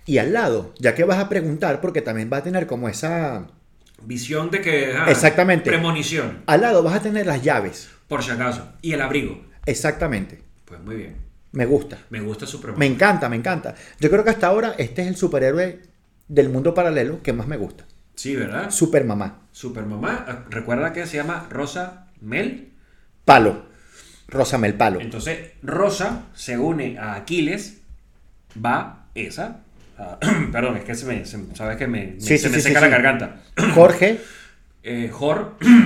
[SPEAKER 2] Y al lado, ya que vas a preguntar, porque también va a tener como esa...
[SPEAKER 1] Visión de que... ah,
[SPEAKER 2] Exactamente.
[SPEAKER 1] Premonición.
[SPEAKER 2] Al lado vas a tener las llaves.
[SPEAKER 1] Por si acaso. Y el abrigo.
[SPEAKER 2] Exactamente.
[SPEAKER 1] Pues muy bien.
[SPEAKER 2] Me gusta.
[SPEAKER 1] Me gusta Superman.
[SPEAKER 2] Me encanta, me encanta. Yo creo que hasta ahora este es el superhéroe del mundo paralelo que más me gusta.
[SPEAKER 1] Sí, ¿verdad?
[SPEAKER 2] Supermamá.
[SPEAKER 1] Supermamá. ah, Recuerda que se llama Rosa Mel.
[SPEAKER 2] Palo. Rosamel
[SPEAKER 1] [CLEARS THROAT]
[SPEAKER 2] Palo.
[SPEAKER 1] Entonces, Rosa se une a Aquiles. Va esa. a- [CLEARS THROAT] perdón, es que se me, se- sabes que me, me-
[SPEAKER 2] Sí,
[SPEAKER 1] se
[SPEAKER 2] sí,
[SPEAKER 1] me
[SPEAKER 2] sí,
[SPEAKER 1] seca
[SPEAKER 2] sí,
[SPEAKER 1] la
[SPEAKER 2] sí.
[SPEAKER 1] garganta.
[SPEAKER 2] Jorge.
[SPEAKER 1] Eh, Jor. [CLEARS THROAT]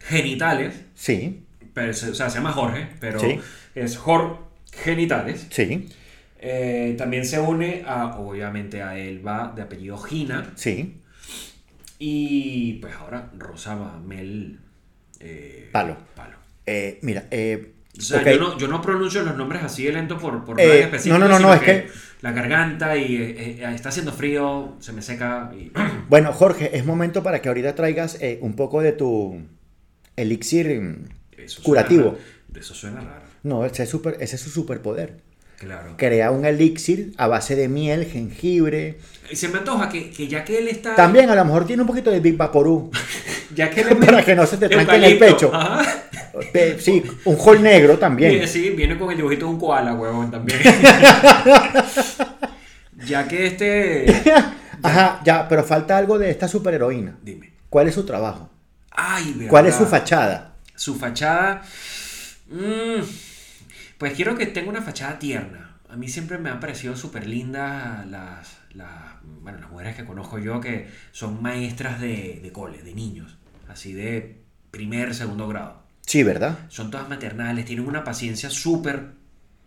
[SPEAKER 1] genitales.
[SPEAKER 2] Sí.
[SPEAKER 1] pero se- o sea, se llama Jorge, pero
[SPEAKER 2] Sí.
[SPEAKER 1] es Jor genitales.
[SPEAKER 2] Sí.
[SPEAKER 1] Eh, también se une a, obviamente, a Elba de apellido Gina.
[SPEAKER 2] Sí.
[SPEAKER 1] Y pues ahora Rosa Mel eh,
[SPEAKER 2] Palo.
[SPEAKER 1] Palo.
[SPEAKER 2] Eh, mira. eh,
[SPEAKER 1] O sea,
[SPEAKER 2] ok.
[SPEAKER 1] yo, no, yo no pronuncio los nombres así de lento por, por
[SPEAKER 2] Eh,
[SPEAKER 1] nada en específico,
[SPEAKER 2] no, no, no,
[SPEAKER 1] sino
[SPEAKER 2] no, es que-
[SPEAKER 1] La garganta y eh, eh, está haciendo frío, se me seca. y- [CLEARS THROAT]
[SPEAKER 2] Bueno, Jorge, es momento para que ahorita traigas eh, un poco de tu elixir. mm,
[SPEAKER 1] Eso suena
[SPEAKER 2] Curativo.
[SPEAKER 1] raro. Eso suena raro.
[SPEAKER 2] No, ese es, super, ese es su superpoder.
[SPEAKER 1] Claro.
[SPEAKER 2] Crea un elixir a base de miel, jengibre.
[SPEAKER 1] Y se me antoja que, que ya que él está.
[SPEAKER 2] También a lo mejor tiene un poquito de Big Vaporú.
[SPEAKER 1] Ya que él es
[SPEAKER 2] [LAUGHS] Para que no se te tranque en el
[SPEAKER 1] eucalipto,
[SPEAKER 2] pecho.
[SPEAKER 1] ajá.
[SPEAKER 2] Eh, Sí, un hall negro también.
[SPEAKER 1] Viene, sí, viene con el dibujito de un koala, huevón,
[SPEAKER 2] [LAUGHS]
[SPEAKER 1] también. ya que este.
[SPEAKER 2] Ajá, ya, pero falta algo de esta superheroína.
[SPEAKER 1] Dime.
[SPEAKER 2] ¿Cuál es su trabajo?
[SPEAKER 1] Ay, ¿verdad?
[SPEAKER 2] ¿Cuál es su fachada?
[SPEAKER 1] Su fachada. mm, pues quiero que tenga una fachada tierna. A mí siempre me han parecido súper lindas las, las, bueno, las mujeres que conozco yo que son maestras de, de cole, de niños. Así de primer, segundo grado.
[SPEAKER 2] Sí, ¿verdad?
[SPEAKER 1] Son todas maternales, tienen una paciencia súper.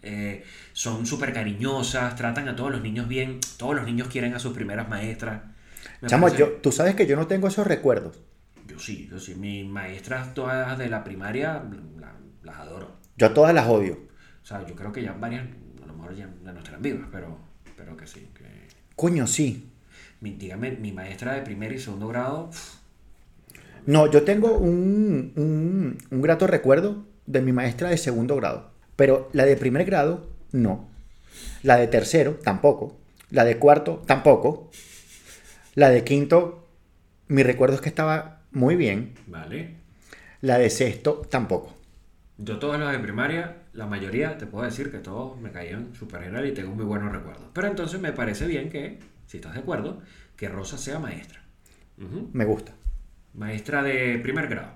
[SPEAKER 1] eh, son súper cariñosas, tratan a todos los niños bien. Todos los niños quieren a sus primeras maestras. Me
[SPEAKER 2] Chamo,
[SPEAKER 1] parece-
[SPEAKER 2] yo, tú sabes que yo no tengo esos recuerdos.
[SPEAKER 1] Yo sí, yo sí. Mis maestras todas de la primaria la- las adoro.
[SPEAKER 2] Yo a todas las odio.
[SPEAKER 1] O sea, yo creo que ya varias, a lo mejor ya, ya no estarán vivas, pero, pero que sí. Que...
[SPEAKER 2] Coño, sí.
[SPEAKER 1] Mi, dígame, mi maestra de primer y segundo grado, pf,
[SPEAKER 2] No, yo tengo un, un, un grato recuerdo de mi maestra de segundo grado. Pero la de primer grado, no. La de tercero, tampoco. La de cuarto, tampoco. La de quinto, mi recuerdo es que estaba muy bien.
[SPEAKER 1] ¿vale?
[SPEAKER 2] La de sexto, tampoco.
[SPEAKER 1] Yo todas las de primaria, la mayoría, te puedo decir que todos me caían súper general y tengo muy buenos recuerdos. Pero entonces me parece bien que, si estás de acuerdo, que Rosa sea maestra. Ujú.
[SPEAKER 2] Me gusta.
[SPEAKER 1] Maestra de primer grado.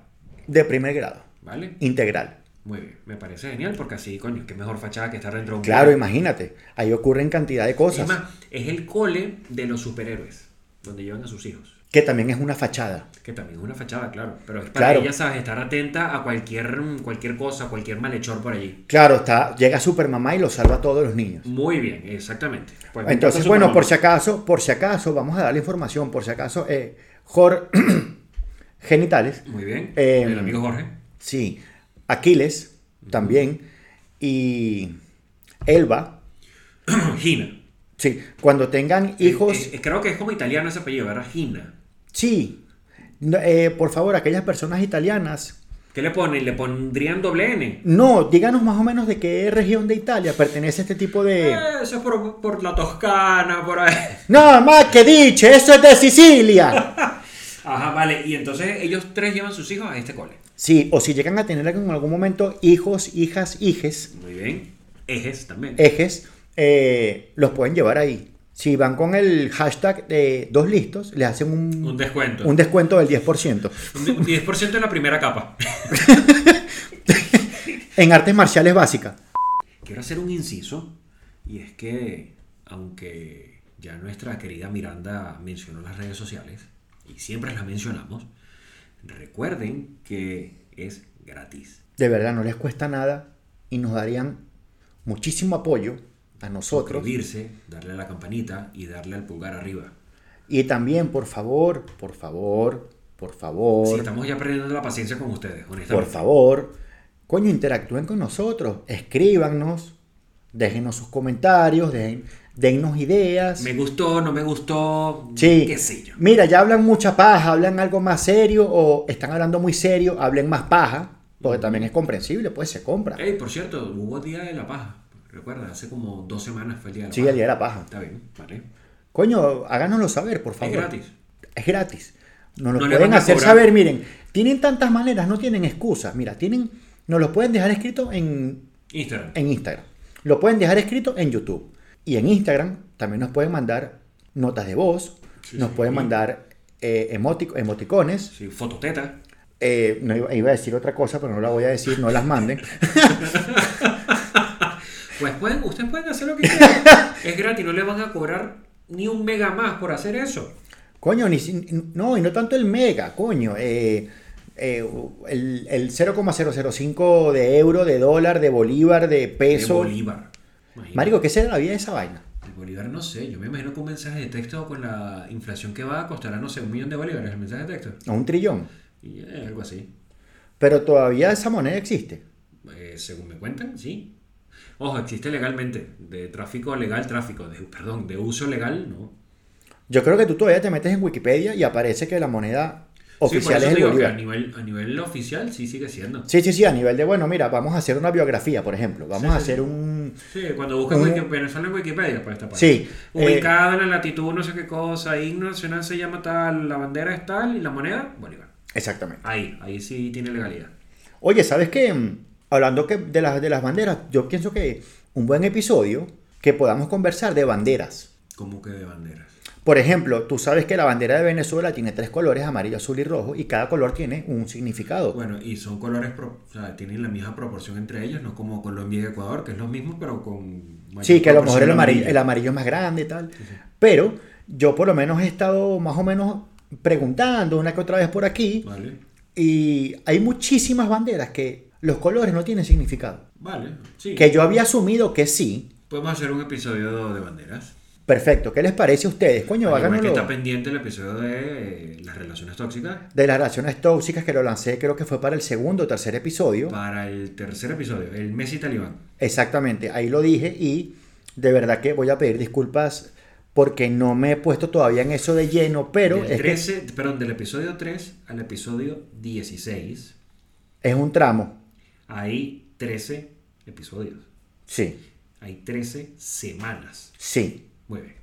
[SPEAKER 2] de primer grado,
[SPEAKER 1] ¿Vale?
[SPEAKER 2] integral.
[SPEAKER 1] Muy bien, me parece genial porque así, coño, qué mejor fachada que estar dentro de un
[SPEAKER 2] Claro,
[SPEAKER 1] cole.
[SPEAKER 2] imagínate, ahí ocurren cantidad de
[SPEAKER 1] Es
[SPEAKER 2] cosas,
[SPEAKER 1] más, es el cole de los superhéroes, donde llevan a sus hijos.
[SPEAKER 2] que también es una fachada.
[SPEAKER 1] Que también es una fachada, claro. Pero es para
[SPEAKER 2] Claro.
[SPEAKER 1] que ella, sabes, estar atenta a cualquier, cualquier cosa, cualquier malhechor por allí.
[SPEAKER 2] Claro, está, llega Supermamá y lo salva a todos los niños.
[SPEAKER 1] Muy bien, exactamente. Pues me
[SPEAKER 2] Entonces,
[SPEAKER 1] encanta
[SPEAKER 2] bueno,
[SPEAKER 1] Superman.
[SPEAKER 2] por si acaso, por si acaso, vamos a dar la información, por si acaso, eh, Jor- [COUGHS] genitales,
[SPEAKER 1] Muy bien.
[SPEAKER 2] Eh,
[SPEAKER 1] el amigo Jorge. [CLEARS THROAT]
[SPEAKER 2] sí, Aquiles también, y Elba,
[SPEAKER 1] Gina.
[SPEAKER 2] sí, cuando tengan hijos,
[SPEAKER 1] Eh, eh, creo que es como italiano ese apellido, ¿verdad? Gina.
[SPEAKER 2] sí, No, eh, por favor, aquellas personas italianas,
[SPEAKER 1] ¿Qué le ponen? ¿Le pondrían doble N?
[SPEAKER 2] no, díganos más o menos de qué región de Italia pertenece este tipo de...
[SPEAKER 1] Eh, eso es por, por la Toscana, por ahí. [LAUGHS]
[SPEAKER 2] Nada más que dicho, eso es de Sicilia.
[SPEAKER 1] Ajá, vale. Y entonces ellos tres llevan sus hijos a este cole.
[SPEAKER 2] Sí, o si llegan a tener en algún momento hijos, hijas, hijes,
[SPEAKER 1] Muy bien. Ejes también.
[SPEAKER 2] ejes, eh, los pueden llevar ahí. Si van con el hashtag de dos listos, les hacen un,
[SPEAKER 1] un descuento.
[SPEAKER 2] un descuento del 10%.
[SPEAKER 1] Un un 10% en la primera capa.
[SPEAKER 2] En artes marciales básicas.
[SPEAKER 1] Quiero hacer un inciso y es que, aunque ya nuestra querida Miranda mencionó las redes sociales y siempre las mencionamos, recuerden que es gratis.
[SPEAKER 2] De verdad, no les cuesta nada y nos darían muchísimo apoyo a nosotros.
[SPEAKER 1] Suscribirse, darle a la campanita y darle al pulgar arriba.
[SPEAKER 2] Y también, por favor, por favor, por
[SPEAKER 1] Sí,
[SPEAKER 2] favor,
[SPEAKER 1] estamos ya perdiendo la paciencia con ustedes, honestamente.
[SPEAKER 2] por favor, coño, interactúen con nosotros, escríbanos, déjenos sus comentarios, dejen- dennos ideas.
[SPEAKER 1] Me gustó, no me gustó,
[SPEAKER 2] Sí.
[SPEAKER 1] qué sé yo.
[SPEAKER 2] Mira, ya hablan mucha paja, hablan algo más serio o están hablando muy serio, hablen más paja, porque también es comprensible, pues se compra.
[SPEAKER 1] Ey, por cierto, hubo Día de la Paja. Recuerda, hace como dos semanas fue el Día de la
[SPEAKER 2] Sí,
[SPEAKER 1] Paja.
[SPEAKER 2] el día de la paja.
[SPEAKER 1] Está bien, vale.
[SPEAKER 2] Coño, háganoslo saber, por favor.
[SPEAKER 1] Es gratis.
[SPEAKER 2] Es gratis. Nos lo
[SPEAKER 1] No le
[SPEAKER 2] pueden
[SPEAKER 1] van a
[SPEAKER 2] hacer
[SPEAKER 1] cobrar.
[SPEAKER 2] saber, miren, tienen tantas maneras, no tienen excusas. Mira, tienen, nos lo pueden dejar escrito en,
[SPEAKER 1] Instagram.
[SPEAKER 2] en Instagram. Lo pueden dejar escrito en YouTube. Y en Instagram también nos pueden mandar notas de voz,
[SPEAKER 1] Sí,
[SPEAKER 2] nos
[SPEAKER 1] sí.
[SPEAKER 2] pueden mandar eh, emoti- emoticones.
[SPEAKER 1] Sí, fototeta.
[SPEAKER 2] Eh, no iba, iba a decir otra cosa, pero no la voy a decir, no
[SPEAKER 1] [LAUGHS]
[SPEAKER 2] las manden.
[SPEAKER 1] Pues pueden, ustedes pueden hacer lo que
[SPEAKER 2] [LAUGHS]
[SPEAKER 1] quieran. es gratis, no le van a cobrar ni un mega más por hacer eso.
[SPEAKER 2] Coño, ni, si- no, y no tanto el mega, coño. eh, eh, el, el 0,005 de euro, de dólar, de bolívar, de peso.
[SPEAKER 1] De Bolívar. Imagínate.
[SPEAKER 2] Marico, ¿qué será la vida de esa vaina?
[SPEAKER 1] El Bolívar no sé, yo me imagino que un mensaje de texto con la inflación que va costará, no sé, un millón de bolívares el mensaje de texto.
[SPEAKER 2] A un trillón.
[SPEAKER 1] Y eh, algo así.
[SPEAKER 2] Pero todavía esa moneda existe.
[SPEAKER 1] Eh, según me cuentan, sí. Ojo, existe legalmente. De tráfico legal, tráfico. De, perdón, de uso legal, no.
[SPEAKER 2] Yo creo que tú todavía te metes en Wikipedia y aparece que la moneda oficial
[SPEAKER 1] Sí, por eso
[SPEAKER 2] es
[SPEAKER 1] te
[SPEAKER 2] el
[SPEAKER 1] digo que
[SPEAKER 2] bolívar.
[SPEAKER 1] A nivel, a nivel oficial sí sigue siendo.
[SPEAKER 2] Sí, sí, sí, a nivel de, bueno, mira, vamos a hacer una biografía, por ejemplo. Vamos
[SPEAKER 1] Sí,
[SPEAKER 2] a
[SPEAKER 1] sí,
[SPEAKER 2] hacer
[SPEAKER 1] sí.
[SPEAKER 2] un...
[SPEAKER 1] Sí, cuando buscas
[SPEAKER 2] Ujú.
[SPEAKER 1] Wiki- Venezuela en Wikipedia, pues esta parte.
[SPEAKER 2] Sí, eh,
[SPEAKER 1] Ubicada en la latitud, no sé qué cosa, himno nacional se llama tal, la bandera es tal y la moneda, Bolívar.
[SPEAKER 2] Exactamente.
[SPEAKER 1] Ahí, ahí sí tiene legalidad.
[SPEAKER 2] Oye, ¿sabes qué? Mm, Hablando que de, las, de las banderas, yo pienso que un buen episodio que podamos conversar de banderas.
[SPEAKER 1] Como que de banderas.
[SPEAKER 2] Por ejemplo, tú sabes que la bandera de Venezuela tiene tres colores, amarillo, azul y rojo, y cada color tiene un significado.
[SPEAKER 1] Bueno, y son colores, pro- o sea, tienen la misma proporción entre ellos, no como Colombia y Ecuador, que es lo mismo, pero con. mayor
[SPEAKER 2] sí, que a lo mejor
[SPEAKER 1] proporción
[SPEAKER 2] el amarillo,
[SPEAKER 1] amarillo.
[SPEAKER 2] el amarillo es más grande y tal. Pero yo por lo menos he estado más o menos preguntando una que otra vez por aquí,
[SPEAKER 1] Vale,
[SPEAKER 2] y hay muchísimas banderas que los colores no tienen significado.
[SPEAKER 1] vale, sí.
[SPEAKER 2] Que yo había asumido que sí.
[SPEAKER 1] Podemos hacer un episodio de banderas.
[SPEAKER 2] Perfecto, ¿qué les parece a ustedes?
[SPEAKER 1] Al
[SPEAKER 2] Coño,
[SPEAKER 1] igual que
[SPEAKER 2] háganoslo.
[SPEAKER 1] está pendiente el episodio de eh, las relaciones tóxicas
[SPEAKER 2] de las relaciones tóxicas que lo lancé, creo que fue para el segundo o tercer episodio.
[SPEAKER 1] para el tercer episodio, el Messi Talibán.
[SPEAKER 2] Exactamente, ahí lo dije y de verdad que voy a pedir disculpas porque no me he puesto todavía en eso de lleno, pero
[SPEAKER 1] del
[SPEAKER 2] es,
[SPEAKER 1] 13,
[SPEAKER 2] que
[SPEAKER 1] perdón, del episodio 3 al episodio 16
[SPEAKER 2] es un tramo.
[SPEAKER 1] hay 13 episodios.
[SPEAKER 2] Sí,
[SPEAKER 1] Hay 13 semanas.
[SPEAKER 2] sí.
[SPEAKER 1] Muy bien.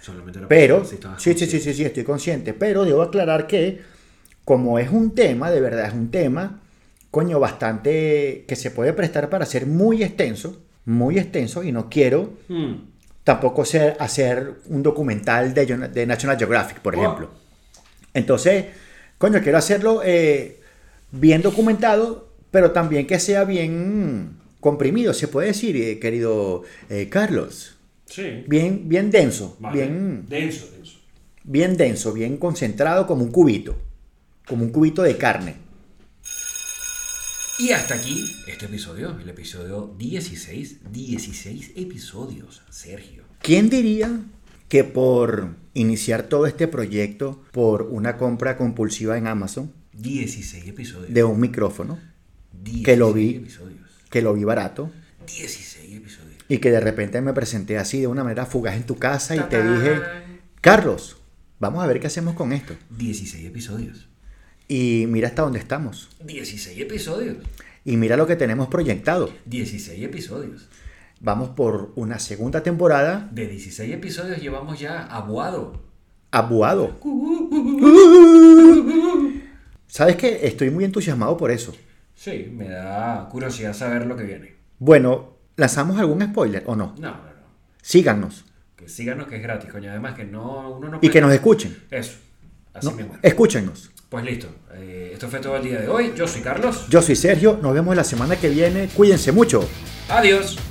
[SPEAKER 1] Solamente la
[SPEAKER 2] Pero,
[SPEAKER 1] próxima, si estabas
[SPEAKER 2] sí, sí, sí,
[SPEAKER 1] consciente.
[SPEAKER 2] sí, sí, estoy consciente, pero debo aclarar que como es un tema, de verdad es un tema, coño, bastante que se puede prestar para ser muy extenso, muy extenso y no quiero
[SPEAKER 1] Mm.
[SPEAKER 2] tampoco ser, hacer un documental de, Yo- de National Geographic, por
[SPEAKER 1] Oh.
[SPEAKER 2] ejemplo. Entonces, coño, quiero hacerlo eh, bien documentado, pero también que sea bien comprimido, se puede decir, eh, querido eh, Carlos.
[SPEAKER 1] Sí.
[SPEAKER 2] Bien, bien denso,
[SPEAKER 1] Vale.
[SPEAKER 2] bien,
[SPEAKER 1] Denso, denso.
[SPEAKER 2] bien denso, bien concentrado como un cubito, como un cubito de carne.
[SPEAKER 1] Y hasta aquí este episodio, el episodio 16. 16 episodios, Sergio.
[SPEAKER 2] ¿Quién diría que por iniciar todo este proyecto, por una compra compulsiva en Amazon
[SPEAKER 1] 16 episodios.
[SPEAKER 2] de un micrófono,
[SPEAKER 1] 16
[SPEAKER 2] que lo vi.
[SPEAKER 1] episodios.
[SPEAKER 2] que lo vi barato,
[SPEAKER 1] 16 episodios.
[SPEAKER 2] y que de repente me presenté así de una manera fugaz en tu casa y te
[SPEAKER 1] ¡Tatán!
[SPEAKER 2] dije, Carlos, vamos a ver qué hacemos con esto.
[SPEAKER 1] 16 episodios.
[SPEAKER 2] Y mira hasta dónde estamos.
[SPEAKER 1] 16 episodios.
[SPEAKER 2] Y mira lo que tenemos proyectado.
[SPEAKER 1] 16 episodios.
[SPEAKER 2] Vamos por una segunda temporada
[SPEAKER 1] De 16 episodios llevamos ya abuado.
[SPEAKER 2] abuado. ¿Sabes qué? Estoy muy entusiasmado por eso.
[SPEAKER 1] Sí, me da curiosidad saber lo que viene.
[SPEAKER 2] Bueno, ¿lanzamos algún spoiler o no?
[SPEAKER 1] No, no, no.
[SPEAKER 2] Síganos
[SPEAKER 1] Que síganos que es gratis, coño. Además que no, uno no
[SPEAKER 2] y
[SPEAKER 1] puede-
[SPEAKER 2] que nos escuchen.
[SPEAKER 1] Eso. Así
[SPEAKER 2] ¿no?
[SPEAKER 1] mismo.
[SPEAKER 2] Escúchenos.
[SPEAKER 1] Pues listo. Eh, esto fue todo el día de hoy. Yo soy Carlos.
[SPEAKER 2] Yo soy Sergio, nos vemos la semana que viene. Cuídense mucho.
[SPEAKER 1] Adiós.